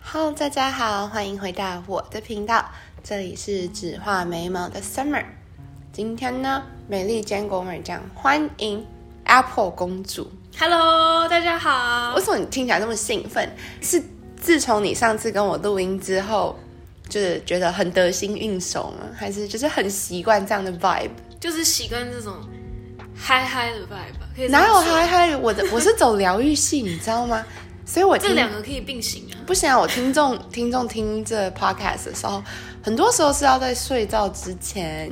Hello，大家好，欢迎回到我的频道，这里是只画眉毛的 Summer。今天呢，美丽坚果美酱欢迎 Apple 公主。 Hello，大家好为。什么你听起来那么兴奋？是自从你上次跟我录音之后，就是觉得很得心应手吗？还是就是很习惯这样的 vibe？就是习惯这种嗨嗨的 vibe，吧可以这么哪有说嗨？嗨？我的我是走疗愈系，你知道吗？所以我这听两个可以并行啊。不行啊！我听众听众听这 podcast 的时候，很多时候是要在睡觉之前，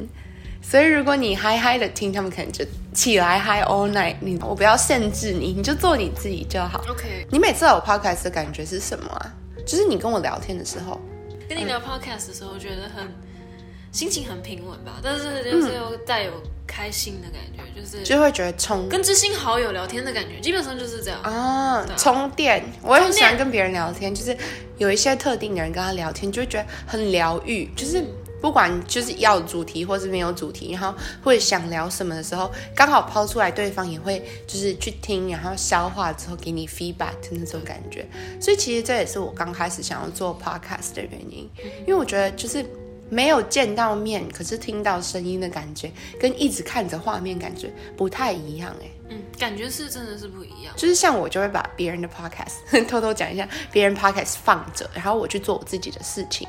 所以如果你嗨嗨的听，他们可能就起来嗨 all night 你。我不要限制你，你就做你自己就好。 OK，你每次有 podcast 的感觉是什么啊？就是你跟我聊天的时候，跟嗯你聊 podcast 的时候，我觉得很心情很平稳吧，但是就是又带有开心的感觉，就是嗯就会觉得充跟知心好友聊天的感觉，基本上就是这样。啊对啊充电。我也很喜欢充电跟别人聊天，就是有一些特定的人跟他聊天，就会觉得很疗愈，就是。不管就是要主题或是没有主题，然后或者想聊什么的时候，刚好抛出来，对方也会就是去听，然后消化之后给你 feedback 的那种感觉。所以其实这也是我刚开始想要做 podcast 的原因，因为我觉得就是没有见到面，可是听到声音的感觉，跟一直看着画面感觉不太一样哎、嗯，感觉是真的是不一样。就是像我就会把别人的 podcast 偷偷讲一下，别人 podcast 放着，然后我去做我自己的事情，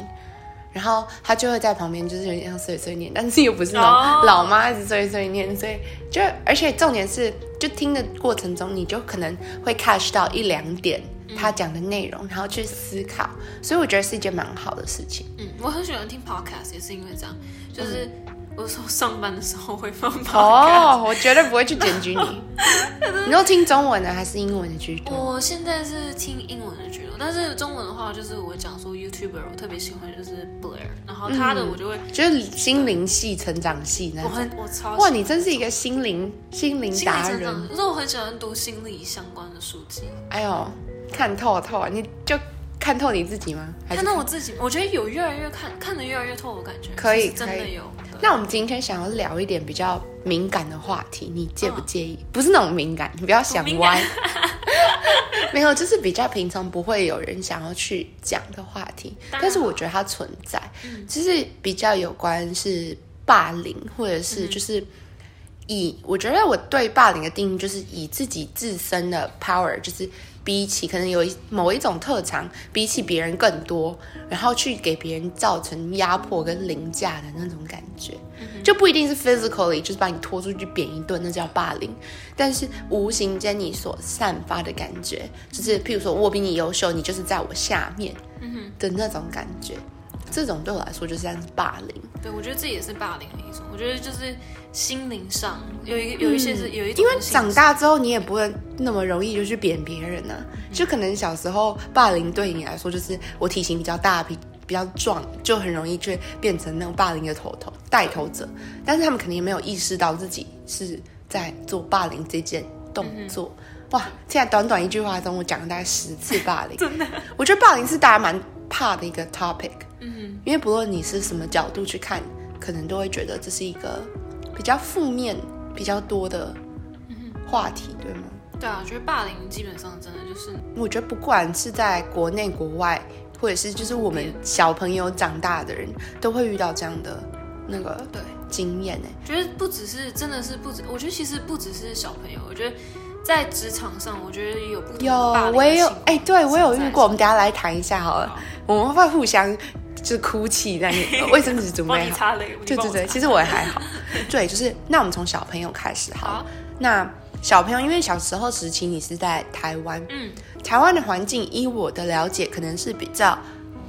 然后他就会在旁边就是有点像碎碎念，但是又不是那种哦老妈一直碎碎念，所以就而且重点是，就听的过程中你就可能会 catch 到一两点他讲的内容，然后去思考，所以我觉得是一件蛮好的事情。嗯，我很喜欢听 podcast，也是因为这样，就是我说上班的时候会放 podcast。嗯哦，我绝对不会去检举你。你都听中文的还是英文的居多？我现在是听英文的居多，但是中文的话，就是我讲说 YouTuber，我特别喜欢就是 Blair，然后他嗯的我就会，就是心灵系、成长系那我种。很我超哇，你真是一个心灵心灵心理达成人！长，就是我很喜欢读心理相关的书籍，哎呦，看透透啊，你就看透你自己吗？还看是到我自己，我觉得有越来越看看的越来越透，我感觉可以其实真可的以有。对那我们今天想要聊一点比较敏感的话题，你介不介意？不是那种敏感，你不要想嗯不敏歪感。 没有，就是比较平常不会有人想要去讲的话题，当然嗯但是我觉得它存在，就是比较有关是霸凌，或者嗯是就是以、我觉得我对霸凌的定义就是以自己自身的 power，就是比起可能有一某一种特长，比起别人更多，然后去给别人造成压迫跟凌驾的那种感觉，嗯就不一定是 physically，就是把你拖出去扁一顿，那叫霸凌。但是无形间你所散发的感觉，就是譬如说我比你优秀，你就是在我下面的那种感觉，这种对我来说就像是霸凌。对，我觉得这也是霸凌的一种。我觉得就是心灵上有一个有一些是、有一嗯种因为是心长大之后，你也不会那么容易就去扁别人啊。就可能小时候霸凌对你来说，就是我体型比较大，比比较壮，就很容易去变成那种霸凌的头头带头者。但是他们肯定没有意识到自己是在做霸凌这件动作。哇！现在短短一句话中，我讲了大概十次霸凌，真的。我觉得霸凌是大家蛮怕的一个 topic，嗯，因为不论你是什么角度去看，可能都会觉得这是一个比较负面、比较多的话题，对吗？对啊，我觉得霸凌基本上真的就是我觉得不管是在国内国外，或者是就是我们小朋友长大的人，都会遇到这样的那个对。经验哎、觉得不只是真的是不止，我觉得其实不只是小朋友，我觉得在职场上，我觉得有不同的霸有，凌我也有情况哎、对我有存遇在过，我们等一下来谈一下好了好。我们会互相就是哭泣，在那卫生纸准 帮备你好。擦泪，对对对，其实我也还 好。对，就是那我们从小朋友开始好了。好那小朋友，因为小时候时期你是在台湾，嗯，台湾的环境，依我的了解，可能是比较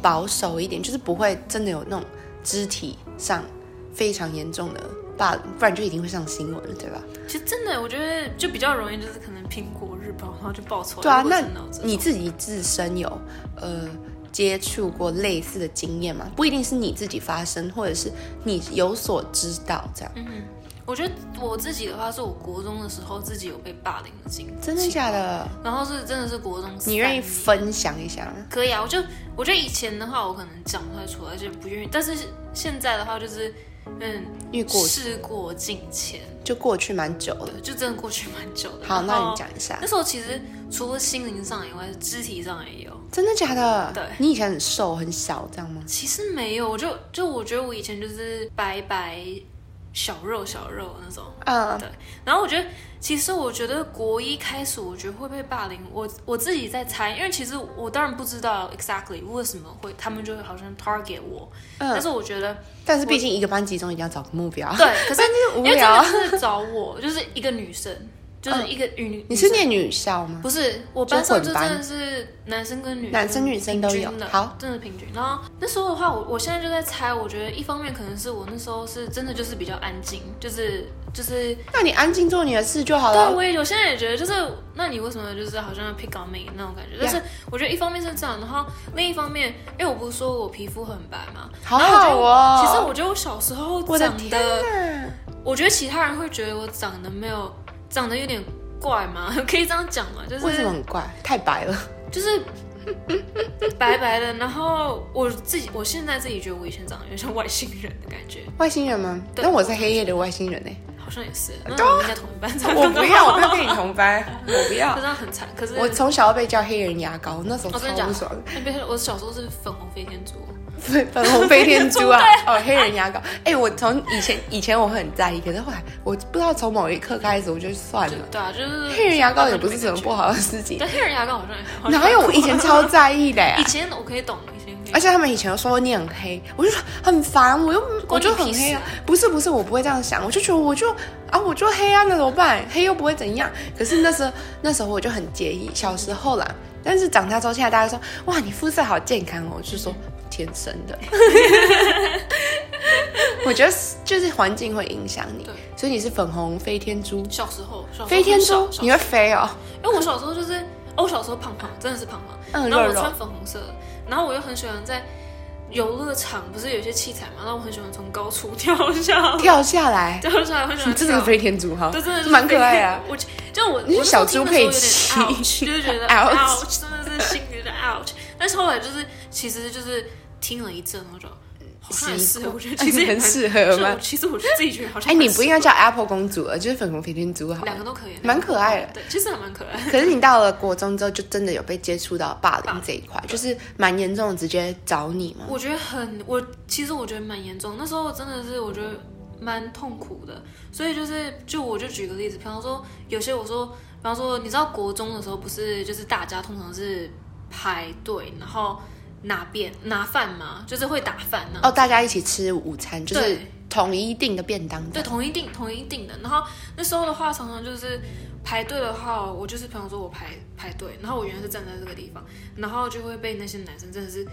保守一点，就是不会真的有那种肢体上非常严重的霸凌，不然就一定会上新闻了，对吧？其实真的我觉得就比较容易，就是可能苹果日报，然后就爆出来。对啊，如果那真的哦有这种你自己自身有呃接触过类似的经验吗？不一定是你自己发生，或者是你有所知道这样，我觉得我自己的话，是我国中的时候自己有被霸凌的经历，真的假的？然后是啊真的是国中三年，你愿意分享一下吗？可以啊，我就我觉得以前的话，我可能讲不太出来，就不愿意。但是现在的话，就是嗯，因为过事过境迁，就过去蛮久了。对，就真的过去蛮久的。好，然那后你讲一下那。时候其实除了心灵上以外，肢体上也有。真的假的？对你以前很瘦很小这样吗？其实没有，我就就我觉得我以前就是白白小肉小肉那种。嗯，对，然后我觉得，其实我觉得国一开始，我觉得会被霸凌，我我自己在猜，因为其实我当然不知道 exactly 为什么会他们就好像 target 我，嗯但是 我觉得但是毕竟一个班级中一定要找个目 标。对，可是但是无因为真聊啊的。是找我，就是一个女生，就是一个女女，嗯你是女生念女校吗？不是，我班上就就真混班的是男生跟女男生女生都有平均的好，真的平均。然后那时候的话，我我现在就在猜，我觉得一方面可能是我那时候是真的就是比较安静，就是就是那你安静做你的事就好啊对，了。我也有，现在也觉得就是，那你为什么就是好像要 pick on me 那种感觉？但是我觉得一方面是这样，然后另一方面，因为我不是说我皮肤很白嘛，好然后我觉得好哦其实我觉得我小时候我的长天啊得，哪！我觉得其他人会觉得我长得没有，长得有点怪嘛， 可以这样讲嘛，就为什么是很怪？太白了。 就是。白白的，然后我自己，我现在自己觉得我以前长得有点像外星人的感觉，外星人吗？对但我是黑夜的外星人呢、欸 好像也是。那我们应该同一班才我不要，我不要跟你同班，我不可要 是。 这样很惨。可是我从小被叫黑人牙膏，那时候我真的超假不的爽。？ 那边我小时候是粉红飞天猪，粉粉红飞天猪 啊，哦，黑人牙膏。哎、我从以前以前我会很在意，可是后来我不知道从某一刻开始，我就算就了。对啊，就是黑人牙膏也不是什么不。好的事情，对，黑人牙膏好像也好哪有我以前超在意的、 呀以前我可以懂，以前可以而且他们以前都说你很黑，我就说很烦，我又我关你就很屁事黑啊啊，不是不是，我不会这样想，我就觉得我就啊我就黑啊，那怎么办？黑又不会怎样。可是那时候那时候我就很介意，小时候啦，但是长大之后，现在大家说哇你肤色好健康哦，我就说天生的。 我觉得是就是环境会影响你对，所以你是粉红飞天猪，小时候，小时候飞天猪很小小你会飞哦，因为我小时候就是，哦，我小时候胖胖，真的是胖胖。嗯然后肉我肉穿粉红色的，然后我又很喜欢在游乐场，不是有一些器材嘛，然后我很喜欢从高处 跳下，跳下来，跳下 来，很喜你欢真的跳是。飞天猪哈对，真的是蛮可爱啊。我就就我，你是我那时小候猪佩奇听的时候有点 ouch，就是觉 得 ouch ouch，真的是心里的 ouch。但是后来就是，其实就是听了一阵， 我就好像也是，我觉得其实也蛮啊很适合吗是我其实我自己觉得好像哎，蛮你不应该适叫 Apple 公主了，就是粉红飞天猪好合了两。个都可以，蛮可爱的对，其实还蛮可爱的。可是你到了国中之后，就真的有被接触到霸霸凌这一块，就是蛮严重的，直接找你嘛。我觉得很，我其实我觉得蛮严重，那时候真的是我觉得蛮痛苦的。所以就是，就我就举个例子，比方说有些我说，比方说你知道国中的时候不是就是大家通常是排队，然后拿便拿饭嘛，就是会打饭呢、哦，大家一起吃午餐，就是对统一订的便当。对，，统一定统一定的。然后那时候的话，常常就是排队的话，我就是朋友说我排排队，然后我原来是站在这个地方，然后就会被那些男生真的是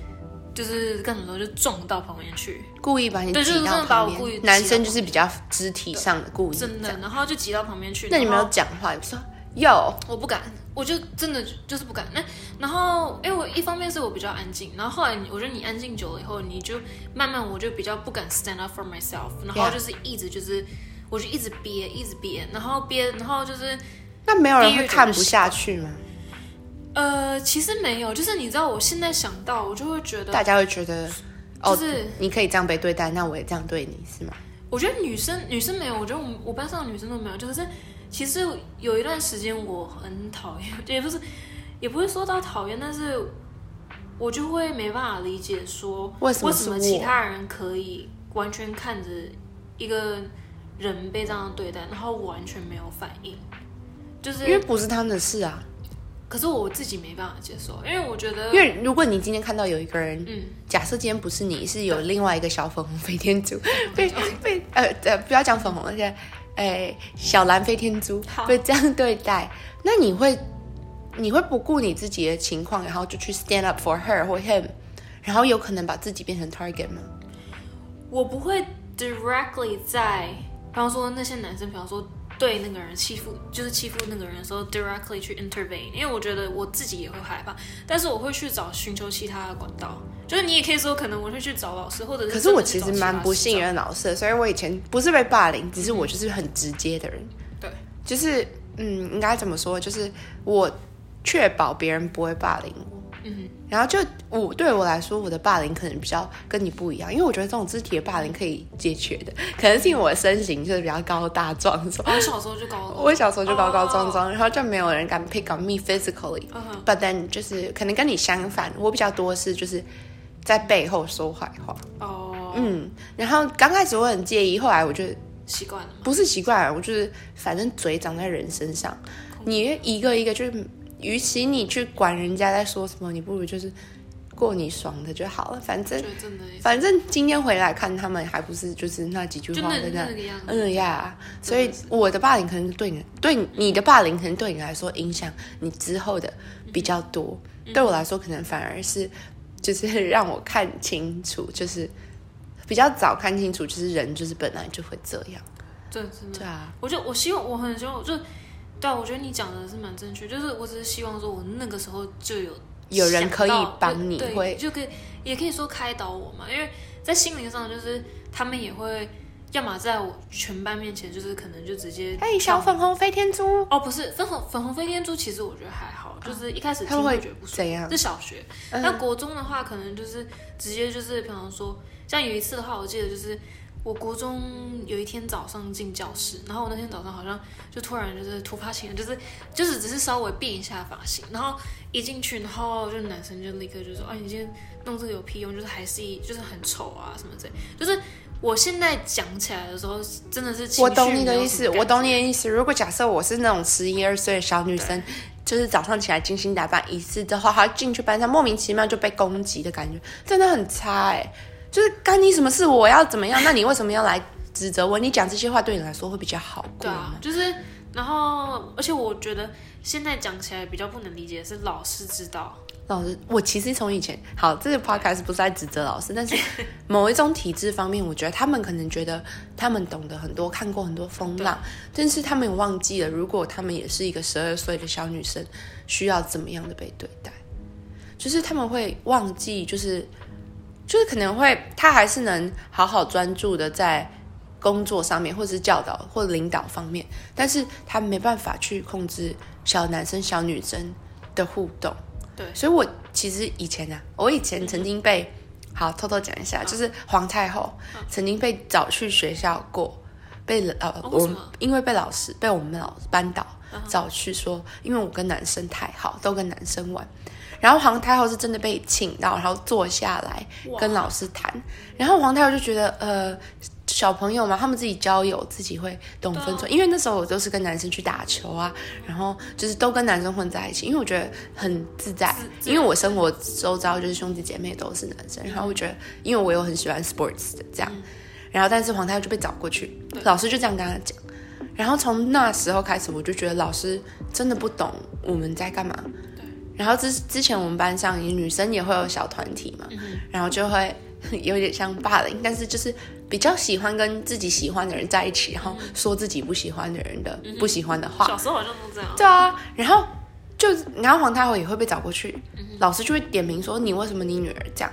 就是跟你说就撞到旁边去，故意把你对就是挤真到的把我旁故意挤边。到男生就是比较肢体上的故意。真的，然后就挤到旁边去。那你然没有后讲话，你说有我不敢，我就真的就是不敢。那然后，因为我一方面是我比较安静，然后后来你我觉得你安静久了以后，你就慢慢我就比较不敢 stand up for myself，然后 Yeah 就是一直就是我就一直憋，一直憋，然后憋，然后就是那没有人地狱会人的看不下去吗？呃，其实没有，就是你知道，我现在想到我就会觉得，大家会觉得就哦，是、你可以这样被对待，那我也这样对你是吗？我觉得女生女生没有，我觉得我们我班上的女生都没有，就是其实有一段时间我很讨厌， 也不是也不会说到讨厌，但是我就会没办法理解说为什么为是什么我其他人可以完全看着一个人被这样对待，然后我完全没有反应，就是因为不是他们的事啊。可是我自己没办法接受，因为我觉得因为如果你今天看到有一个人，嗯假设今天不是你，是有另外一个小粉红飞天 猪被被呃呃，不要讲粉红，而且哎小蓝飞天猪好被这样对待，那你会你会不顾你自己的情况，然后就去 stand up for her 或 him，然后有可能把自己变成 target 吗？我不会 directly 在，比方说那些男生，比方说对那个人欺负，就是欺负那个人的时候，directly 去 intervene，因为我觉得我自己也会害怕，但是我会去找寻求其他的管道，就是你也可以说，可能我会去找老师，或者是可是我其真实的去找蛮不信其他任老师的，所以我以前不是被霸凌，只是我就是很直接的人，师找，对，就是嗯，应该怎么说？就是我确保别人不会霸凌我，嗯然后就我对我来说，我的霸凌可能比较跟你不一样，因为我觉得这种肢体的霸凌可以解决的， 可能是因为我的身形就是比较高大壮硕，我哦小时候就高 了，我小时候就高高壮壮然后就没有人敢 pick on me physically，but、哦嗯哼 then 就是可能跟你相反，我比较多是就是在背后说坏话，哦，嗯，然后刚开始我很介意，后来我就习惯了嘛，不是习惯，我就是反正嘴长在人身上，你一个一个就是，与其你去管人家在说什么，你不如就是过你爽的就好了。反正就真的反正今天回来看他们，还不是 就是那几句就话那在那那。个样子，嗯呀所以我的霸凌可能对你对你你的霸凌可能对你来说影响你之后的比较多，嗯对我来说可能反而是就是让我看清楚，就是比较早看清楚，就是人就是本来就会这样。对，真的。对啊，我就我希望我很希望就，对啊，我觉得你讲的是蛮正确，就是我只是希望说我那个时候就有有人可以想到帮你就对会就可以也可以说开导我嘛，因为在心灵上就是他们也会，要么在我全班面前就是可能就直接哎，小粉红飞天猪，哦不是粉红粉红飞天猪，其实我觉得还好，就是一开始他听们会会觉得不舒服，怎样？嗯这小学。那国中的话，可能就是直接就是，比方说，像有一次的话，我记得就是我国中有一天早上进教室，然后我那天早上好像就突然就是突发奇想，就是就是只是稍微变一下发型，然后一进去，然后就男生就立刻就说：“啊，你今天弄这个有屁用，就是还是一就是很丑啊什么之类。”就是我现在讲起来的时候，真的是情绪我懂你的没有意什思，么我感懂觉你的意思。如果假设我是那种十一二岁的小女生，就是早上起来精心打扮一次之后，还要进去班上莫名其妙就被攻击的感觉，真的很差哎、就是干你什么事？我要怎么样？那你为什么要来指责我？你讲这些话对你来说会比较好过对啊吗，？就是，然后，而且我觉得现在讲起来比较不能理解的是老师知道，老师，我其实从以前好，这个 podcast 不是在指责老师，但是某一种体制方面，我觉得他们可能觉得他们懂得很多，看过很多风浪，但是他们也忘记了，如果他们也是一个十二岁的小女生，需要怎么样的被对待，就是他们会忘记，就是就是可能会他还是能好好专注的在工作上面，或是教导或领导方面，但是他没办法去控制小男生小女生的互动。对所以我其实以前啊，我以前曾经被，好偷偷讲一下，就是皇太后曾经被找去学校过，被呃嗯哦为我什么嗯因为被老师被我们老班导找去说，因为我跟男生太好，都跟男生玩。然后皇太后是真的被请到，然后坐下来哇跟老师谈。然后皇太后就觉得，呃，小朋友嘛，他们自己交友，自己会懂分寸。因为那时候我都是跟男生去打球啊，然后就是都跟男生混在一起，因为我觉得很自在。自因嗯为我生活周遭就是兄弟姐妹都是男生，然后我觉得，因为我有很喜欢 sports 的这样，然后但是皇太后就被找过去，老师就这样跟他讲。然后从那时候开始，我就觉得老师真的不懂我们在干嘛。然后之之前我们班上女生也会有小团体嘛，然后就会 有点像霸凌，但是就是比较喜欢跟自己喜欢的人在一起，然后说自己不喜欢的人的不喜欢的话。小时候好像都这样，对啊，然后就然后黄太后也会被找过去，老师就会点名说你为什么你女儿这样，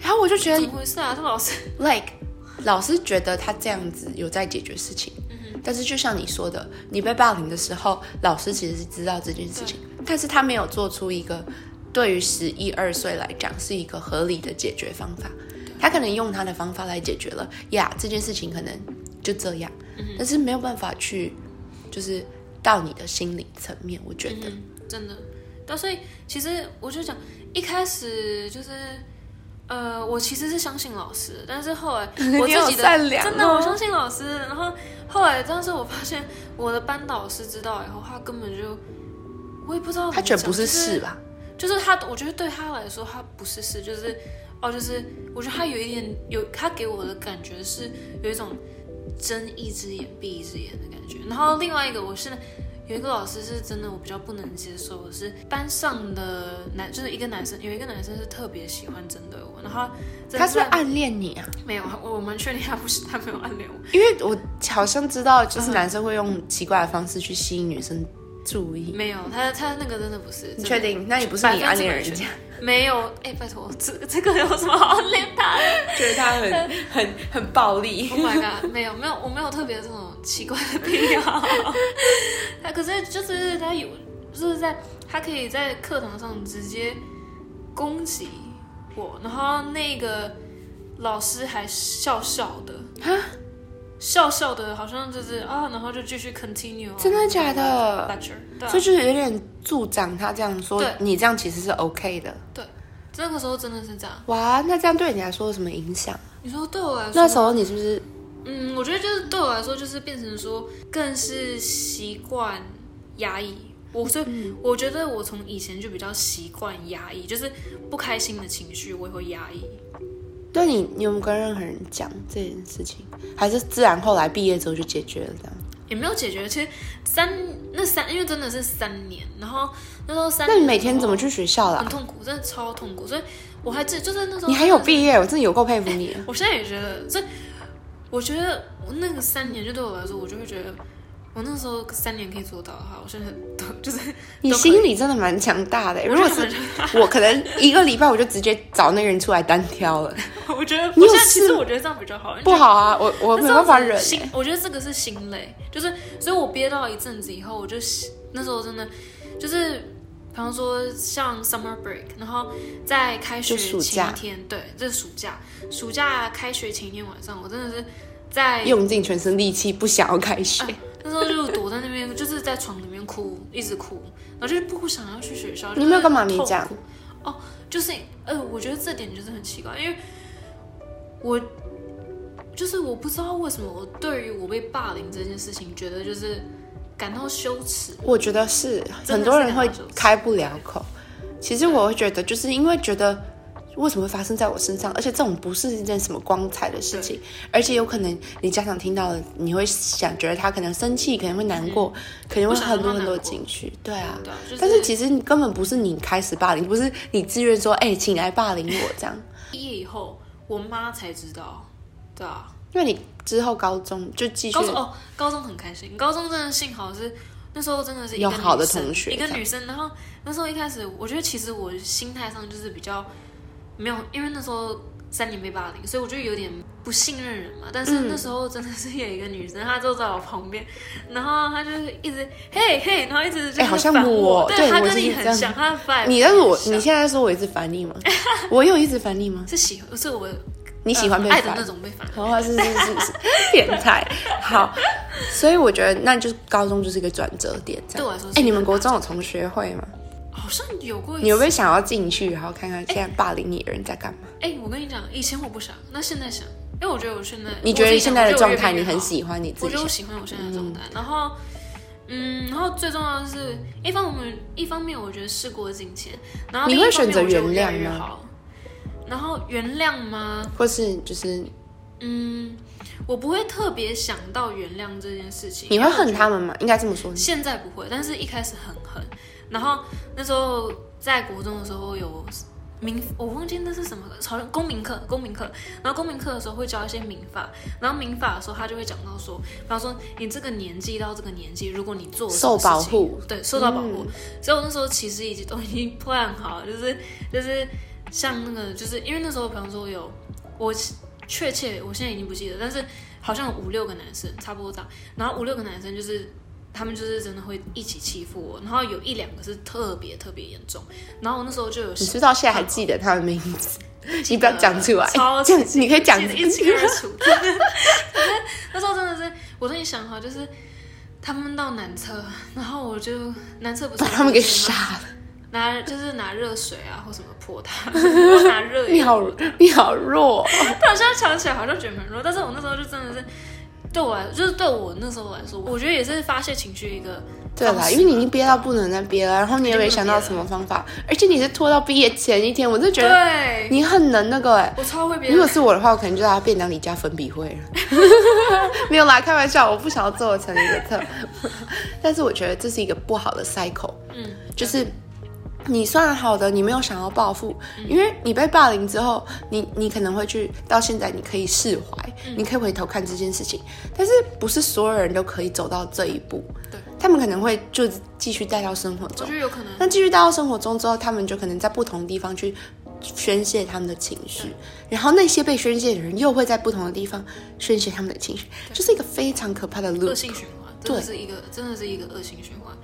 然后我就觉得怎么回事啊？这老师 like 老师觉得他这样子有在解决事情，但是就像你说的，你被霸凌的时候，老师其实是知道这件事情，但是他没有做出一个对于十一二岁来讲是一个合理的解决方法，他可能用他的方法来解决了呀这件事情可能就这样，但是没有办法去就是到你的心理层面，我觉得， 真的，对，啊所以其实我就讲一开始就是。呃，我其实是相信老师的，但是后来我嗯 你好自己的善良哦真的我相信老师，然后后来，但是我发现我的班导师知道以后，他根本就我也不知道怎么他觉得不讲就是事吧？就是他，我觉得对他来说，他不是事，就是哦，就是我觉得他有一点有，他给我的感觉是有一种睁一只眼闭一只眼的感觉。然后另外一个，我是有一个老师是真的我比较不能接受的是班上的男，就是一个男生，有一个男生是特别喜欢针对我，然后针他是不是对暗恋你啊？没有，我我蛮确定他不是他没有暗恋我。因为我好像知道，就是男生会用奇怪的方式去吸引女生注意。没有，他他那个真的不是。你真的确定？那也不是你暗恋人家，没有？哎、拜托，这这个有什么好暗恋他的？觉得他很 很很暴力 Oh my god，没有没有，我没有特别这种奇怪的癖好。他可是就是他有，就是在他可以在课堂上直接攻击我，然后那个老师还笑笑的，笑笑的，好像就是啊，然后就继续 continue 啊、真的假的 lecture，对啊、所以就是有点助长他这样说对，你这样其实是 OK 的。那个时候真的是这样。哇，那这样对你来说有什么影响？你说对我来说，那时候你是不是嗯，我觉得就是对我来说，就是变成说，更是习惯压抑。我所以、嗯我觉得我从以前就比较习惯压抑，就是不开心的情绪我也会压抑。对你，你有没有跟任何人讲这件事情？还是自然后来毕业之后就解决了这样？也没有解决，其实三那三，因为真的是三年，然后那时候三那年，你每天怎么去学校很啦？痛苦，真的超痛苦，所以我还记，就是那时候你还有毕业，我真的有够佩服你的。我现在也觉得，这我觉得我那个三年，就对我来说，我就会觉得，我那时候三年可以做到的话，我现在很就是你心里真的蛮强大的、欸如果是我觉 我，可能一个礼拜我就直接找那个人出来单挑 了，我觉得，你我有现在其试实我觉得这样比较好，不好啊，我我我没办法忍、心，我觉得这个是心累，就是，所以我憋到一阵子以后，我就那时候真的就是，比方说像 summer break，然后在开学就暑前假一天，对，这是暑假，暑假开学前一天晚上，我真的是在用尽全身力气不想要开学。那时候就躲在那边，就是在床里面哭，一直哭，然后就是不想要去学校。你有没有跟妈咪就是讲痛哭？哦，就是呃，我觉得这点就是很奇怪，因为我就是我不知道为什么我对于我被霸凌这件事情，觉得就是感到羞耻。我觉得是真的是很多人两会种开不了口。其实我会觉得，就是因为觉得为什么会发生在我身上，而且这种不是一件什么光彩的事情，而且有可能你家长听到了，你会想觉得他可能生气，可能会难过，嗯可能会很多不想让他很多难过情绪，对啊。对啊，就是、但是其实你根本不是你开始霸凌，不是你自愿说，哎、请来霸凌我这样，毕业以后，我妈才知道，对啊。因为你之后高中就继续高，中哦，高中很开心，高中真的幸好是那时候真的是一个有女好的生同学一个这样女生。然后那时候一开始，我觉得其实我心态上就是比较没有，因为那时候三年被霸凌，所以我就有点不信任人嗯嘛。但是那时候真的是有一个女生，她坐在我旁边，然后她就是一直嘿嘿，然后一直就是哎好像烦我我，对她我跟是你这样很像，她的 vibe 你但是我很像你现在说我一直烦你吗？我有一直烦你吗？是喜欢，是我你喜欢呃被爱的烦那？种被烦。哦，是是是是，变态。好，所以我觉得那就是高中就是一个转折点。这样对我来说是哎、你一们个很国大中有同学会吗？好像有过一你有次，没有想要进去，然后看看现在霸凌你的人在干嘛？哎、我跟你讲，以前我不想，那现在想，因为我觉得我现在，你觉得现在的状态我你自己很讲喜欢你自我己觉想得我？喜欢我现在的状态。然后，嗯，然后最重要的是，一方面一方面我觉得事过境迁，然后你另一会方选择面我觉得我原越来越谅吗好。然后原谅吗？或是就是嗯，我不会特别想到原谅这件事情。你会因为我恨觉得他们吗？应该这么说。现在不会，但是一开始很恨。然后那时候在国中的时候有民，我忘记那是什么了，好像公民课，公民课。然后公民课的时候会教一些民法，然后民法的时候他就会讲到说，比方说你这个年纪到这个年纪，如果你做了什么受保事情护，嗯对，受到保护。所以我那时候其实已经都已经 plan 好了，就是就是像那个，就是因为那时候比方说有我确切我现在已经不记得，但是好像有五六个男生差不多这样，然后五六个男生就是。他们就是真的会一起欺负我，然后有一两个是特别特别严重，然后我那时候就有你知道现在还记得他的名字？你不要讲出来，超这级样你可以讲记得一清二楚。 那时候真的是，我都已经想好，就是他们到男厕，然后我就男厕不 是把有他们给东西杀吗，了。拿就是拿热水啊或什么泼他，或拿热你饮。好，你好弱哦。但我现在想起来好像觉得蛮弱，但是我那时候就真的是。对我来，就是对我那时候来说，我觉得也是发泄情绪一个对方啦，式因为你已经憋到不能再憋了，然后你也没想到什么方法，而且你是拖到毕业前一天，我就觉得对，你很能那个哎、我超会别如果人，是我的话，我可能就让他便当离家粉笔会了。 没有啦，开玩笑，我不想要做成一个特， 但是我觉得这是一个不好的 cycle，嗯，嗯就是你算好的，你没有想要报复，因为你被霸凌之后，你你可能会去到现在，你可以释怀，嗯你可以回头看这件事情，但是不是所有人都可以走到这一步，对，嗯他们可能会就继续带到生活我中觉，得有可能那继续带到生活中之后，他们就可能在不同地方去宣泄他们的情绪，然后那些被宣泄的人又会在不同的地方宣泄他们的情绪，就是一个非常可怕的恶 loop。性循环，真的是一个，真的是一个恶性循环，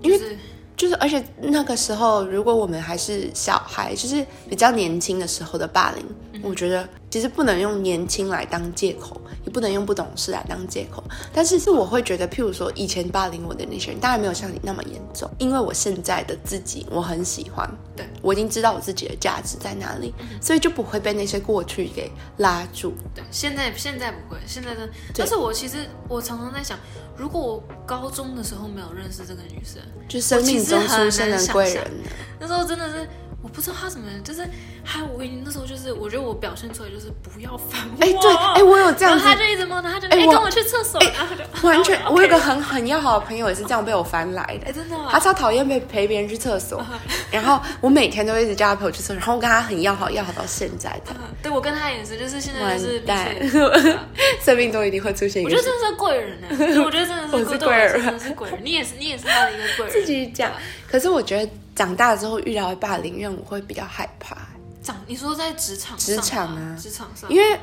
因为就是就是，而且那个时候，如果我们还是小孩，就是比较年轻的时候的霸凌，嗯我觉得其实不能用年轻来当借口，也不能用不懂事来当借口。但是是我会觉得，譬如说以前霸凌我的那些人，当然没有像你那么严重，因为我现在的自己我很喜欢，对嗯我已经知道我自己的价值在哪里，所以就不会被那些过去给拉住。对，现在现在不会，现在真的。但是我其实我常常在想，如果我高中的时候没有认识这个女生，就生命中出现的贵人呢，那时候真的是我不知道她怎么，就是还我已经那时候就是，我觉得我表现出来就是不要烦我。哎、对，哎、我有这样然后子她就一直摸，然后她就哎哎、我跟我去厕所，哎然后就完全，然后我有个 OK 很很要好的朋友也是这样被我翻来的。哎真的啊他超讨厌被陪别人去厕嗯所，然后我每天都一直叫他陪我去厕所，然后我跟他很要好，要好到现在的，嗯对我跟她也是，就是现在完就是彼蛋 此也是生命中一定会出现一我个觉得真的是贵 人呢、我觉得真的我是是对贵来说人真的是贵人，你也是你也是她的一个贵人。自己讲。可是我觉得长大之后遇到霸凌，让我会比较害怕，长，你说在职场职上场吗啊职场上，因为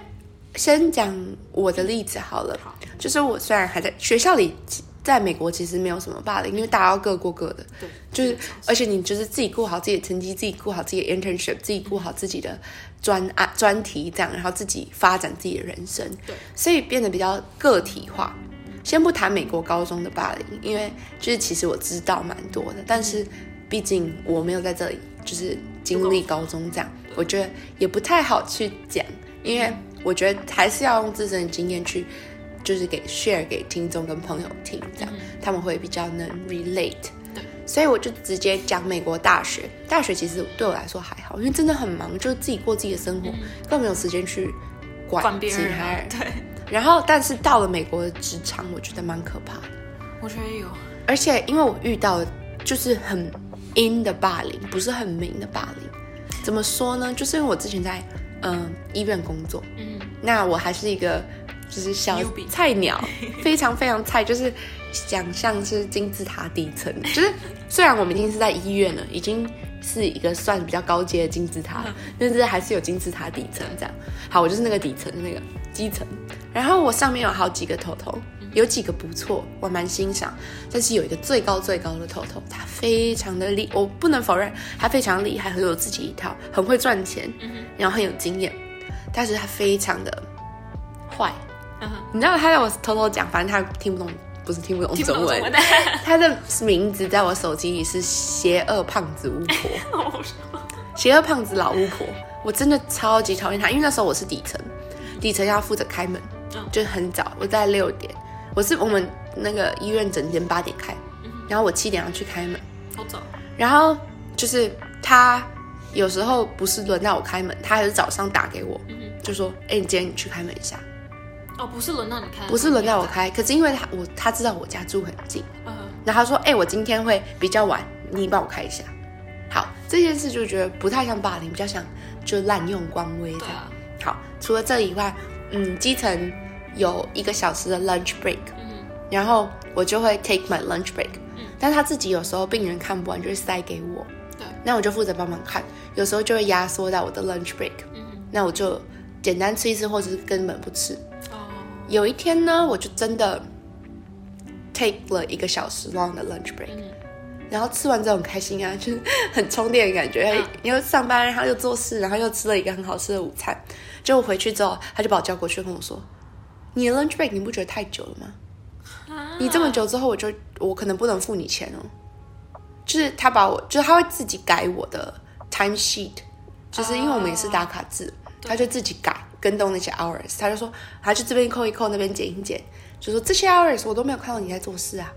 先讲我的例子好了，好就是我虽然还在学校里，在美国其实没有什么霸凌，因为大家要各过各的，对，就是，而且你就是自己顾好自己的成绩，自己顾好自己的 internship，自己顾好自己的专案专题，这样，然后自己发展自己的人生，对，所以变得比较个体化。先不谈美国高中的霸凌，因为就是其实我知道蛮多的，但是毕竟我没有在这里就是经历高中这样，我觉得也不太好去讲，因为我觉得还是要用自身的经验去，就是给 share 给听众跟朋友听，这样、他们会比较能 relate。对，所以我就直接讲美国大学。大学其实对我来说还好，因为真的很忙，就自己过自己的生活，根本没有时间去管嗯管别其人他啊人，。对，然后，但是到了美国的职场，我觉得蛮可怕的。我觉得有，啊而且因为我遇到的就是很阴的霸凌，不是很明的霸凌。怎么说呢？就是因为我之前在嗯、呃医院工作，嗯，那我还是一个就是小 Newbie 菜鸟，非常非常菜，就是想象是金字塔底层，就是虽然我们已经是在医院了，已经是一个算比较高阶的金字塔了，但是还是有金字塔底层这样。好，我就是那个底层的那个基层，然后我上面有好几个头头，有几个不错，我蛮欣赏，但是有一个最高最高的头头，他非常的厉，我不能否认他非常厉害，很有自己一套，很会赚钱，然后很有经验，但是他非常的坏。嗯哼，你知道他在我偷偷讲，反正他听不懂，不是听不懂听不懂中中文文，的， 他的名字在我手机里是“邪恶胖子巫婆”。 我邪恶胖子老巫婆，我真的超级讨厌她，因为那时候我是底层，底层要负责开门，嗯就是很早，我在六点，我是我们那个医院整间八点开，然后我七点要去开门，好早，然后就是他有时候不是轮到我开门，他还是早上打给我，就说：“哎、你今天你去开门一下。”哦，不是轮到你开，不是轮到我，开，可是因为他我他知道我家住很近，嗯哼，然后他说：“哎、我今天会比较晚，你帮我开一下。”好，这件事就觉得不太像霸凌，比较像就滥用官威这对样。啊，好，除了这以外，嗯，基层有一个小时的 lunch break，嗯然后我就会 take my lunch break，但是他自己有时候病人看不完就会塞给我，对，那我就负责帮忙看，有时候就会压缩到我的 lunch break，嗯那我就简单吃一次，或者是根本不吃。哼，哦，有一天呢，我就真的 take 了一个小时 long 的 lunch break，、嗯然后吃完之后很开心啊， 就是很充电的感觉嗯。因为上班，然后又做事，然后又吃了一个很好吃的午餐。结果回去之后，他就把我叫过去跟我说：“你的 lunch break 你不觉得太久了吗？啊你这么久之后，我就我可能不能付你钱哦。”就是他把我，就是他会自己改我的 time sheet，就是因为我们也是打卡制，哦他就自己改跟动那些 hours，他就说，他就这边扣一扣，那边减一减，就说这些 hours 我都没有看到你在做事啊。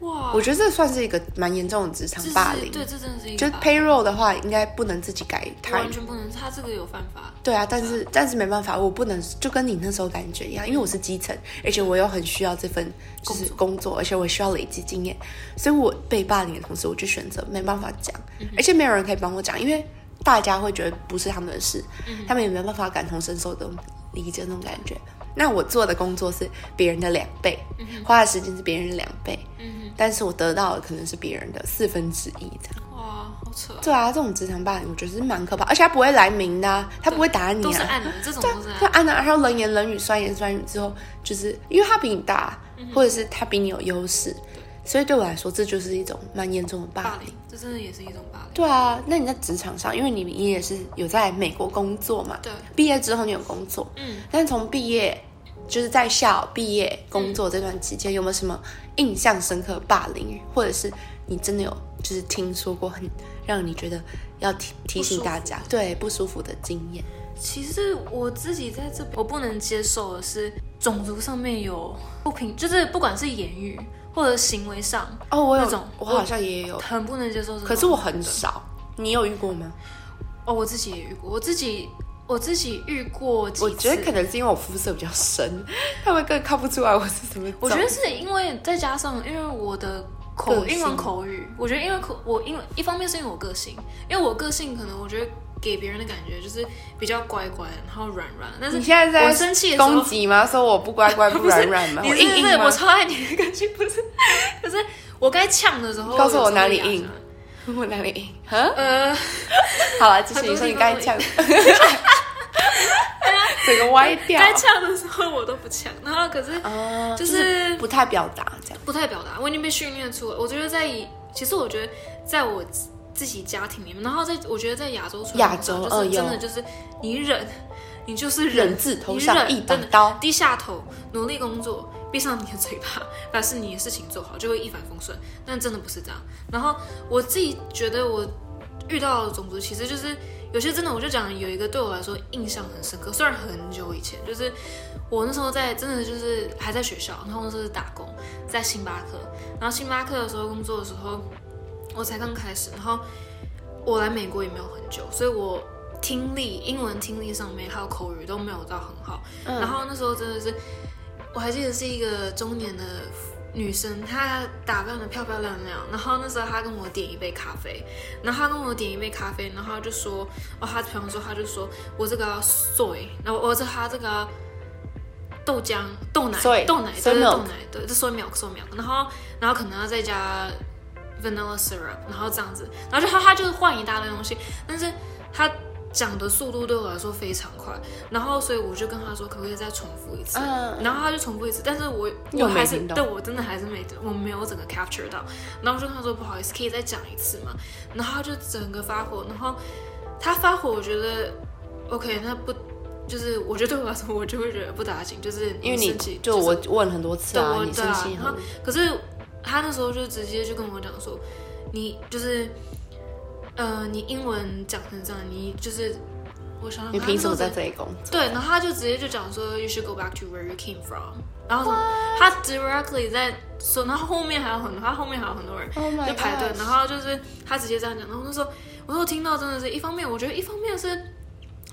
哇，我觉得这算是一个蛮严重的职场哦这是霸凌。对，这真的是一就是个霸凌 payroll 的话，应该不能自己改完 time。全不能，他这个有犯法，对啊，但是但是没办法，我不能就跟你那时候感觉一样，因为我是基层，而且我又很需要这份就是工作，而且我需要累积经验，所以我被霸凌的同时，我就选择没办法讲，嗯而且没有人可以帮我讲，因为大家会觉得不是他们的事，嗯他们也没办法感同身受的理解那种感觉。那我做的工作是别人的两倍，花的时间是别人的两倍，嗯但是我得到的可能是别人的四分之一这样。哼，哇，好扯，对啊，这种职场霸凌我觉得是蛮可怕，而且他不会来明的啊、他不会打你都是啊，暗的，这种哦都是他暗，按了，然后冷言冷语、酸言酸语之后，就是因为他比你大，或者是他比你有优势，所以对我来说，这就是一种蛮严重的霸霸凌。凌，这真的也是一种霸凌。对啊，那你在职场上，因为你你也是有在美国工作嘛，对，毕业之后你有工作，嗯，但从毕业就是在校毕业工作这段期间，有没有什么印象深刻的霸凌，或者是你真的有就是听说过很让你觉得要提提醒大家对不舒服的经验？其实我自己在这，我不能接受的是种族上面有不平，就是不管是言语或者行为上，哦，我有那种我好像也有，很不能接受这种。可是我很少。你有遇过吗？哦，我自己也遇过，我自己我自己遇过几次。我觉得可能是因为我肤色比较深，他们更看不出来我是什么种。我觉得是因为再加上因为我的个口性英文口语，我觉得因为口我因为一方面是因为我个性，因为我个性可能我觉得给别人的感觉就是比较乖乖，然后软软，但是你现在在我生气的时攻候。击吗？说我不乖 乖不软软吗？你我是硬不硬是吗我？超爱你的个性？不是，可是我该呛的时候，告诉我有时候哪会里哑下硬来我哪里硬？哈，呃，好了，继续你说你刚才讲， 整个歪掉该呛的时候我都不呛，然后可是啊，就就是是不太表达这样。不太表达，我已经被训练出来。我觉得在以，其实我觉得在我自自己家庭里面，然后在我觉得在亚洲传统亚洲上呃就是真的有就是你忍，你就是忍忍，字头你上忍一把真的刀，低下头，努力工作，闭上你的嘴巴，把是你的事情做好，就会一帆风顺。但真的不是这样。然后我自己觉得我遇到的种族歧视，就是有些真的，我就讲有一个对我来说印象很深刻，虽然很久以前，就是我那时候在真的就是还在学校，然后那时候是打工，在星巴克，然后星巴克的时候工作的时候，我才刚开始，然后我来美国也没有很久，所以我。听力、英文听力上面还有口语都没有到很好，然后那时候真的是，我还记得是一个中年的女生，她打扮的漂漂亮亮。然后那时候她跟我点一杯咖啡，然后她跟我点一杯咖啡，然后她就说，哦，她朋友说，她就说我这个要 soy，然后我这她这个要豆浆、豆奶、 Soy，豆奶， soy 对对 milk 豆奶，对，这 soy milk，soy milk。然后然后可能要再加 vanilla syrup，然后这样子，然后就她她就是换一大堆东西，但是她。讲的速度对我来说非常快，然后所以我就跟他说，可不可以再重复一次？嗯，然后他就重复一次，但是我又我没还是听懂对我真的还是没我没有整个 capture 到，然后我就跟他说不好意思，可以再讲一次嘛，然后他就整个发火，然后他发火，我觉得 OK，那不就是我觉得对我来说，我就会觉得不打紧，就是因为你你生气就我问很多次对啊，我你对生啊气，然后很，可是他那时候就直接就跟我讲说，你就是，呃，你英文讲成这样，你就是，我想想看，你凭什么在他那时候这里工作？啊对，然后他就直接就讲说，you should go back to where you came from。然后什么他 directly 在说，然后后面还有很多，他后面还有很多人 Oh my 就排队 gosh 然后就是他直接这样讲，然后那时候我说听到真的是一方面，我觉得一方面是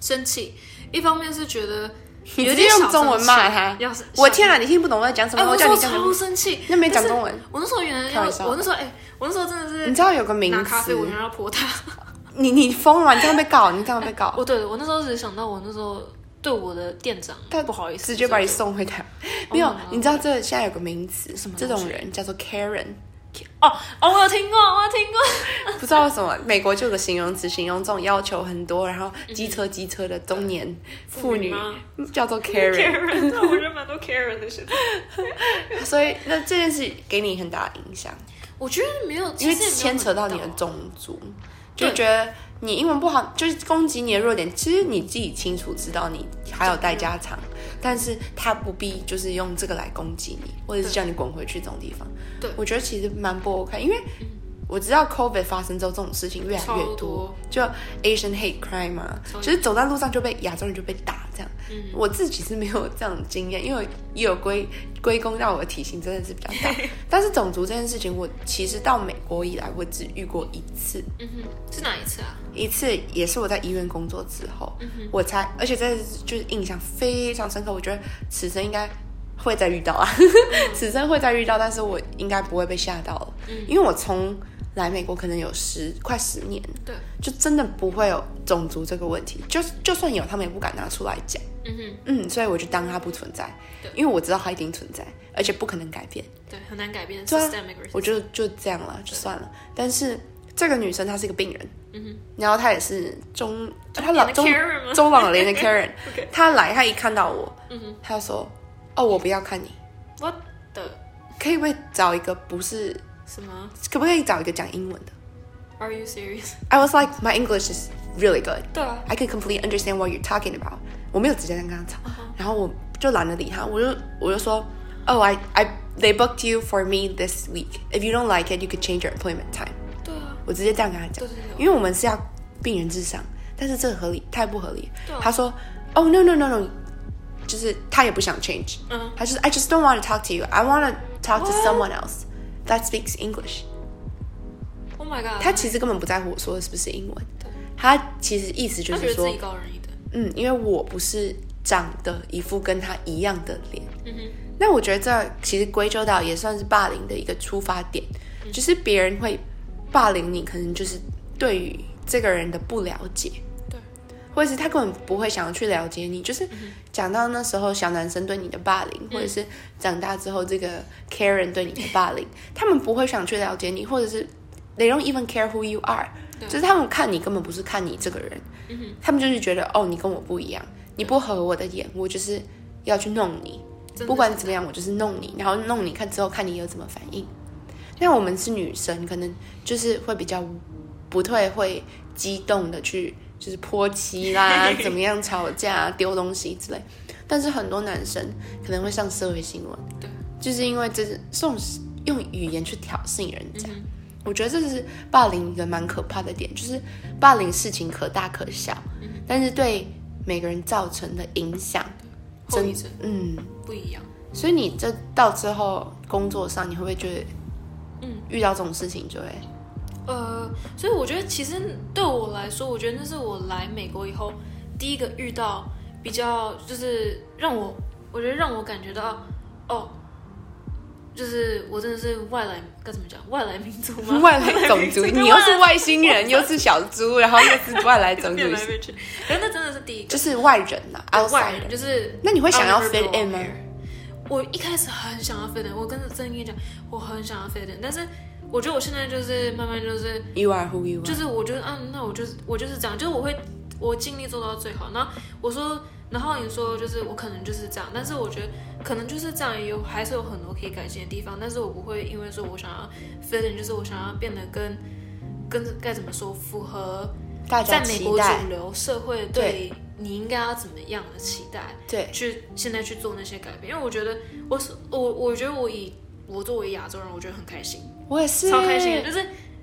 生气，一方面是觉得你有直点接小用中文生骂气他要是，我天啊哪，你听不懂我在讲什哎、么？我我那叫时你候讲超生气，那没讲但是中文我那时候原来开要，玩笑我那时候哎、我那时候真的是你知道有个名拿咖啡，我词哦原，来要泼他。 你你疯了吗？你这样被告，你这样被告。我对我那时候只想到我那时候对我的店长他不好意思，直接把你所送回台。没有 my，God 你知道这现在有个名词，什么这东西种人叫做 Karen，以就哦哦，我有听过，我有听过。不知道为什么美国就有个形容词，形容这种要求很多，然后机车机车的中年嗯妇女妇女吗叫做 Karen，Karen，对，我觉得蛮多 Karen 的事。所以那这件事给你很大的影响，我觉得没有，因为其实也没有很牵扯到你的大种族，对就觉得你英文不好，就是攻击你的弱点，其实你自己清楚知道你还有待加强，但是他不必就是用这个来攻击你，或者是对叫你滚回去这种地方。对嗯我觉得其实蛮不 OK，因为我知道 COVID 发生之后，这种事情越来越超多就 Asian hate crime 嘛、超嗯就是走在路上就被亚洲人就被打这样。我自己是没有这样的经验，因为也有归归功到我的体型真的是比较 大，但是种族这件事情，我其实到美国以来，我只遇过一次，嗯哼，是哪一次啊？一次也是我在医院工作之后，我才，而且这就是印象非常深刻。我觉得此生应该会再遇到啊， 此生会再遇到，但是我应该不会被吓到了，因为我从来美国可能有十快十年，对，就真的不会有种族这个问题，就就算有，他们也不敢拿出来讲。嗯哼，嗯，所以我就当它不存在对，因为我知道它一定存在，而且不可能改变。对，很难改变对啊 systemic racism。我就就这样了，就算了。但是这个女生她是一个病人，嗯哼，然后她也是中，她你老的中 Karen 吗 中老年的 Karen， OK 她来，她一看到我，嗯哼她就说：“哦，我不要看你。 ，What the？” 可可以不可以找一个不是，什么可不可以找一个讲英文的？Are you serious？ ？I was like my English is really good. 对啊， I can completely understand what you're talking about。我没有直接这样跟他吵嗯然后我就懒得理他，我就我就说，Oh, I I they booked you for me this week. If you don't like it, you could change your employment time。对啊，我直接这样跟他讲对对，对因为我们是要病人至上，但是这个合理太不合理对啊。他说，Oh no no no no，就是他也不想 change，嗯他就是 I just don't want to talk to you. I want to talk to someone else that speaks English。 ，Oh my god！他其实根本不在乎我说的是不是英文对，他其实意思就他觉是得说自己高人一等，嗯，因为我不是长得一副跟他一样的脸。嗯哼，那我觉得这其实归咎到也算是霸凌的一个出发点，嗯就是别人会霸凌你，可能就是对于这个人的不了解，对，或者是他根本不会想要去了解你。就是讲到那时候小男生对你的霸凌，或者是长大之后这个 Karen 对你的霸凌，他们不会想去了解你，或者是 they don't even care who you are，对就是他们看你根本不是看你这个人，嗯哼，他们就是觉得哦，你跟我不一样，你不合我的眼，我就是要去弄你，真的不管怎么样，我就是弄你，然后弄你看之后看你有怎么反应。那我们是女生，可能就是会比较不太会激动的去就是泼漆 啦，怎么样吵架、丢东西之类。但是很多男生可能会上社会新闻，对，就是因为这是送用语言去挑衅人家。嗯我觉得这是霸凌一个蛮可怕的点，就是霸凌事情可大可小，嗯但是对每个人造成的影响，哼，后遗症嗯，不一样。所以你这到之后工作上，你会不会觉得，嗯，遇到这种事情就会，呃，所以我觉得其实对我来说，我觉得那是我来美国以后第一个遇到比较，就是让我，我觉得让我感觉到，哦，就是我真的是外来，该怎么讲，外来民族吗？ 外来种 族，民你又是外星 人，又是小猪，然后又是外来种族越，来越去，可是那真的是第一个就是外人呐、啊、对哦外，outside 人，哦人。就是那你会想要 I'll never fit go in 吗 here？我一开始很想要 fit in，我跟真的跟你讲，我很想要 fit in，但是我觉得我现在就是慢慢就是。 You are who you 就 are。是我觉得，嗯，那我就是我就是这样，就是我会我尽力做到最好。然后我说，然后你说就是我可能就是这样，但是我觉得可能就是这样，也有还是有很多可以改进的地方，但是我不会因为说我想要 fit in，就是我想要变得跟跟该怎么说符合大家在美期国待主流社会对你应该要怎么样的期待。对，去现在去做那些改变，因为我觉得我是我，我觉得我以我作为亚洲人，我觉得很开心，我也是，超开心的，就是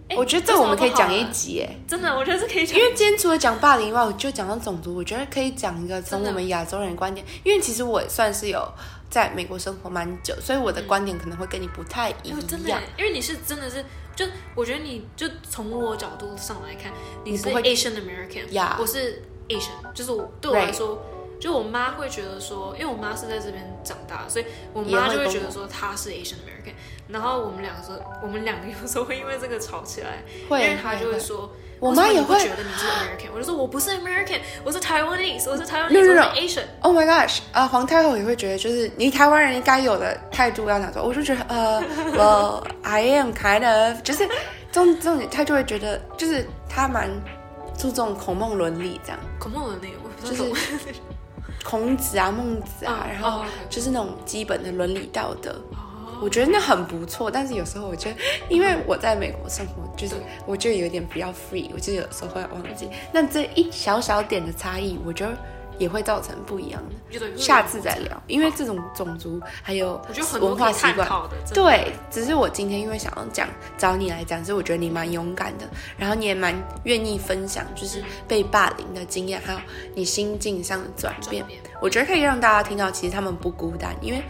哎我觉得这我们可以讲有一什么不好的集诶，真的，我觉得是可以讲因为今天除了讲霸凌以外，我就讲到种族，我觉得可以讲一个从真的我们亚洲人的观点，因为其实我也算是有在美国生活蛮久，所以我的观点可能会跟你不太一因为哦真的耶样。，因为你是真的是，就我觉得你就从我角度上来看，你是不会 Asian American，呀我是 Asian，就是我对我 Right 来说，就我妈会觉得说，因为我妈是在这边长大，所以我也妈会就会跟觉得我说她是 Asian American，然后我们两个说，我们两个有时候会因为这个吵起来，会因为她就会会会说。我为什妈么也你不会觉得你是 American，我就说我不是 American，我是 Taiwanese，我是 Taiwanese， No, no, 我是 no Asian。 Oh my gosh！呃，皇太后也会觉得，就是你台湾人该有的态度要拿走。我就觉得，呃 ，Well, I am kind of，就是这种这种，他就会觉得，就是他蛮注重孔孟伦理这样，孔孟伦理，我不就知是道懂。孔子啊、孟子啊，嗯然后哦，OK 就是那种基本的伦理道德。 哦我觉得那很不错，但是有时候我觉得，因为我在美国生活，就是对我就有点比较 free，我就有时候会忘记。那这一小小点的差异，我觉得也会造成不一样的。就等于下次再聊，因为这种种族还有我觉得很多文化可以习探惯。讨的，真的对，只是我今天因为想要讲找你来讲，所以我觉得你蛮勇敢的，然后你也蛮愿意分享，就是被霸凌的经验，还有你心境上的转变转变。我觉得可以让大家听到，其实他们不孤单，因为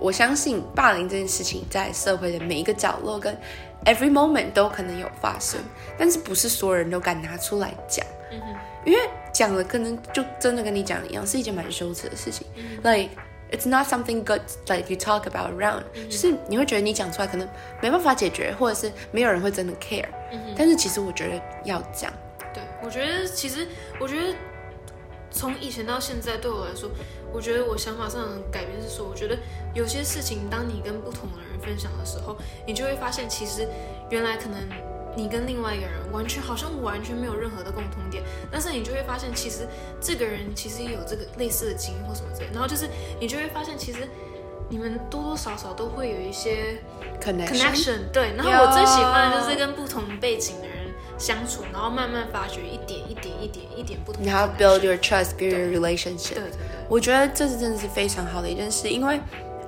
我相信霸凌这件事情在社会的每一个角落跟 every moment 都可能有发生，但是不是所有人都敢拿出来讲。嗯哼，因为讲了跟就真的跟你讲的一样，是一件蛮羞耻的事情。Like 嗯 it's not something good like you talk about around，、就是嗯你会觉得你讲出来可能没办法解决，或者是没有人会真的 care、但是嗯其实我觉得要讲，对，我觉得其实，我觉得从以前到现在，对我来说，我觉得我想法上的改变是说，我觉得有些事情，当你跟不同的人分享的时候，你就会发现，其实原来可能你跟另外一个人完全好像完全没有任何的共同点，但是你就会发现，其实这个人其实也有这个类似的经验或什么之类的，然后就是你就会发现，其实你们多多少少都会有一些 connection， connection，对。然后有我最喜欢的就是跟不同背景的人相处，然后慢慢发掘一点一点一点一点不同的你 connection。还要 build your trust，build your 对 relationship。对对，我觉得这是真的是非常好的一件事，因为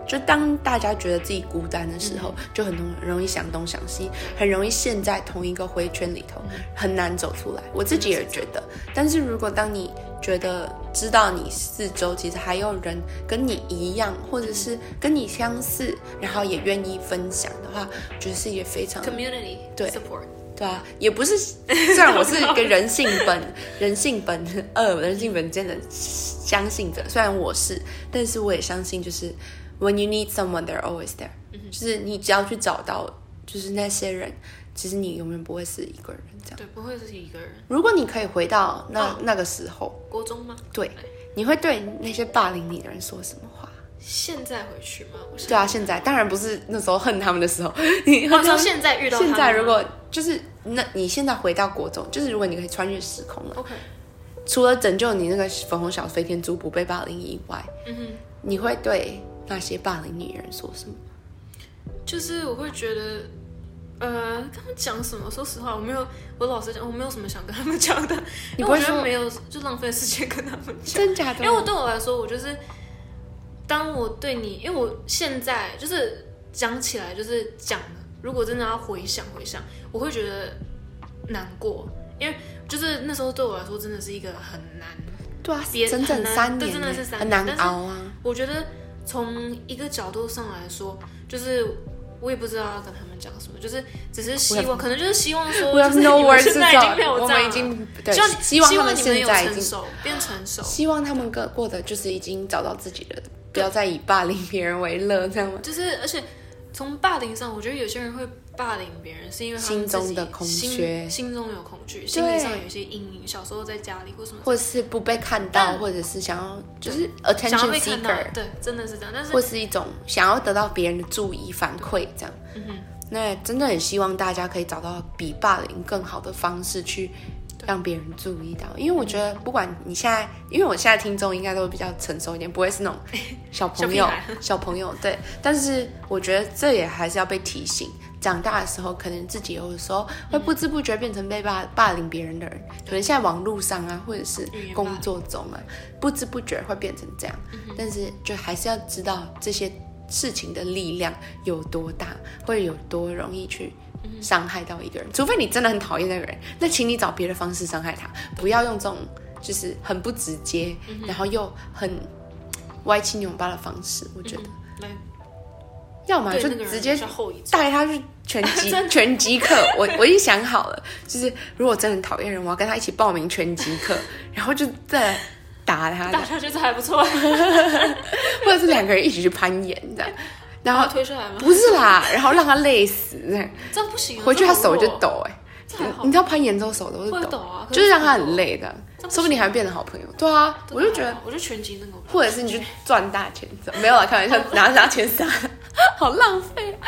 就当大家觉得自己孤单的时候，就很容容易想东想西，很容易陷在同一个回圈里头，很难走出来。我自己也觉得，但是如果当你觉得知道你四周其实还有人跟你一样，或者是跟你相似，然后也愿意分享的话，我觉得是一个非常 community 对 support。对啊，也不是，虽然我是一个人性 本人性本恶、人性本真的相信者，虽然我是，但是我也相信，就是 when you need someone, they're always there、就是嗯你只要去找到，就是那些人，其实你永远不会是一个人这样。对，不会是一个人。如果你可以回到那、哦那个时候，国中吗？对，你会对那些霸凌你的人说什么话？现在回去吗？我想对啊，现在当然不是那时候恨他们的时 候，你或者说现在遇到他现们在如果就是那你现在回到国中，就是如果你可以穿越时空了， OK，除了拯救你那个粉红小飞天猪不被霸凌以外，嗯哼，你会对那些霸凌你的人说什么？就是我会觉得，呃，跟他们讲什么？说实话，我没有，我老实讲，我没有什么想跟他们讲的，你因不为我会觉得说没有，就浪费时间跟他们讲。真假的？因为我对我来说，我就是当我对你，因为我现在就是讲起来就是讲，如果真的要回想回想，我会觉得难过，因为就是那时候对我来说真的是一个很难。对啊，别整整很难三对年欸，真的是三很年难但是熬啊。我觉得从一个角度上来说，就是我也不知道要跟他们讲什么，就是只是希 We 望，可能就是希望说， We 就 have 是 no 你们 words 现 to 在已经没 talk，有我这样们了已经对希望你，希望希他望们你们现有在已成经，熟，变成熟，希望他们过过的就是已经找到自己的，不要再以霸凌别人为乐，这样吗？就是而且从霸凌上，我觉得有些人会霸凌别人，是因为他们心中自己的空心缺心中有恐惧，心理上有一些阴影，小时候在家里或什么。或者是不被看到，但或者是想要就是想要 attention 被看到 seeker，，对，真的是这样。但是或是一种想要得到别人的注意反馈这样。嗯哼那真的很希望大家可以找到比霸凌更好的方式去让别人注意到，因为我觉得不管你现在，因为我现在听众应该都比较成熟一点，不会 是那种小朋友小屁孩小朋友对，但是我觉得这也还是要被提醒。长大的时候，可能自己有的时候会不知不觉变成被霸霸凌别人的人，可能现在网络上啊，或者是语言霸工凌作中啊，不知不觉会变成这样。嗯但是就还是要知道这些事情的力量有多大，会有多容易去嗯伤害到一个人。除非你真的很讨厌那个人，那请你找别的方式伤害他，不要用这种就是很不直接，嗯然后又很歪七扭八的方式。我觉得，来要么嗯对就那个人直接是后 遗症，带他去拳 击拳击课，我我已经想好了，就是如果真的很讨厌人，我要跟他一起报名拳击课，然后就再打他，大家觉得还不错， 或者是两个人一起去攀岩这样，然然后后推出来吗？不是啦，然后让他累死这样，这样不行啊，回去他手就抖，抖哎、这还好哦你知道攀岩之后手都会是抖抖，啊，可就是让他这样很累的这，样不行说不定还会变成好朋友。对啊，不我好，就觉得，我就拳击那个我不，或者是你去赚大钱，没有啦，开玩笑，拿拿钱撒， 好浪费。啊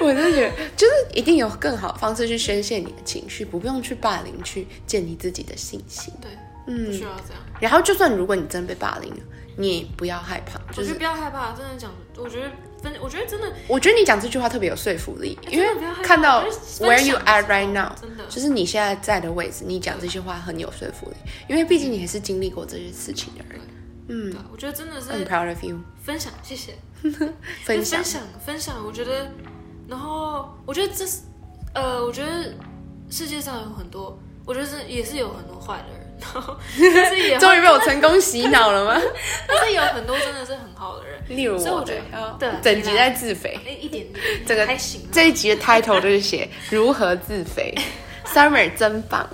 我真的觉得，就是一定有更好的方式去宣泄你的情绪，不用去霸凌，去建立自己的信心。对，不嗯需，要这样。然后就算如果你真被霸凌了，你也不要害怕，我就觉得是不要害怕，真的讲，我觉得分，我觉得真的，我觉得你讲这句话特别有说服力，哎因为真的不要害怕看到就是分 where you 享的 at 时候 right now，真的就是你现在在的位置，你讲这些话很有说服力，因为毕竟你也是经历过这些事情的人。嗯对，我觉得真的，I'm 是 proud of you。分享，谢谢分享分，享分享，我觉得，然后我觉得这是，呃，我觉得世界上有很多，我觉得是也是有很多坏的人， 然后但是也 终于被我成功洗脑了 吗？但是也有很多真的是很好的 人，例如所以我我觉对得，哦好对整集你在来自肥。哎，一点点，这个还行啊，这一集的 title 就是 写如何自肥。Summer 真棒，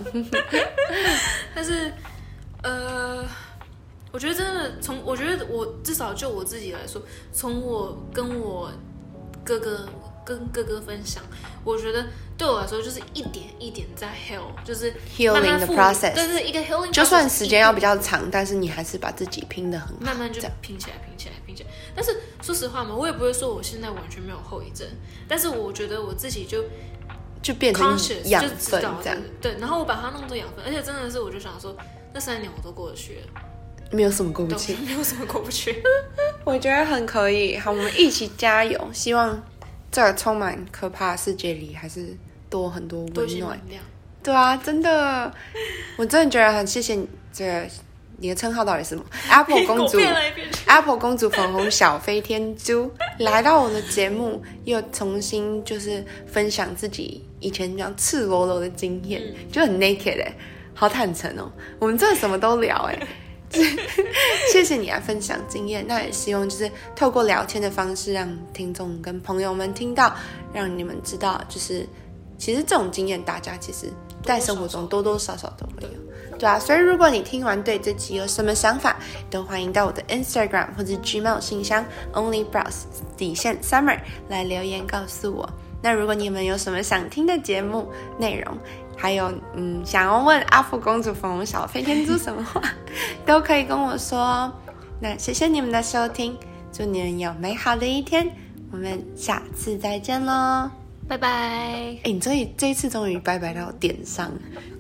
但是，呃，我觉得真的从，我觉得我至少就我自己来说，从我跟我哥哥跟哥哥分享，我觉得对我来说就是一点一点在 heal，就是慢 Healing 慢 the 复 process 对对，一个 healing，就算时间要比较。较长，但是你还是把自己拼得很好。慢慢就这样拼起来，拼起来，拼起来。但是说实话嘛，我也不会说我现在完全没有后遗症，但是我觉得我自己就就变成 conscious 养就知分道这样，对。对然后我把它弄作养分，而且真的是我就想说，那三年我都过得去了，没有什么过不对，去 我。没有什么过不去。我觉得很可以。好，我们一起加油，希望这个充满可怕的世界里，还是多很多多一些温暖。能量。对啊，真 的，我真的觉得很谢谢你。这个你的称号到底是什么？Apple 公主变来变去， ，Apple 公主粉红小飞天猪来到我的节目，又重新就是分享自己以前比较赤裸裸的经验，就很 naked 哎、好坦诚哦。我们真的什么都聊哎、 谢谢你来分享经验，那也希望就是透过聊天的方式，让听众跟朋友们听到，让你们知道，就是其实这种经验大家其实在生活中多多少少都会有，对啊。所以如果你听完对这集有什么想法，都欢迎到我的 Instagram 或者 Gmail 信箱 onlybrows 底线 summer 来留言告诉我。那如果你们有什么想听的节目内容，还有嗯想要问阿福公主、粉红小飞天猪什么话，都可以跟我说哦。那谢谢你们的收听，祝你们有美好的一天，我们下次再见喽！拜拜。哎，你这这一次终于拜拜到点上，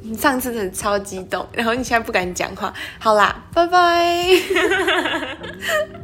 你上次真的超激动，然后你现在不敢讲话。好啦，拜拜。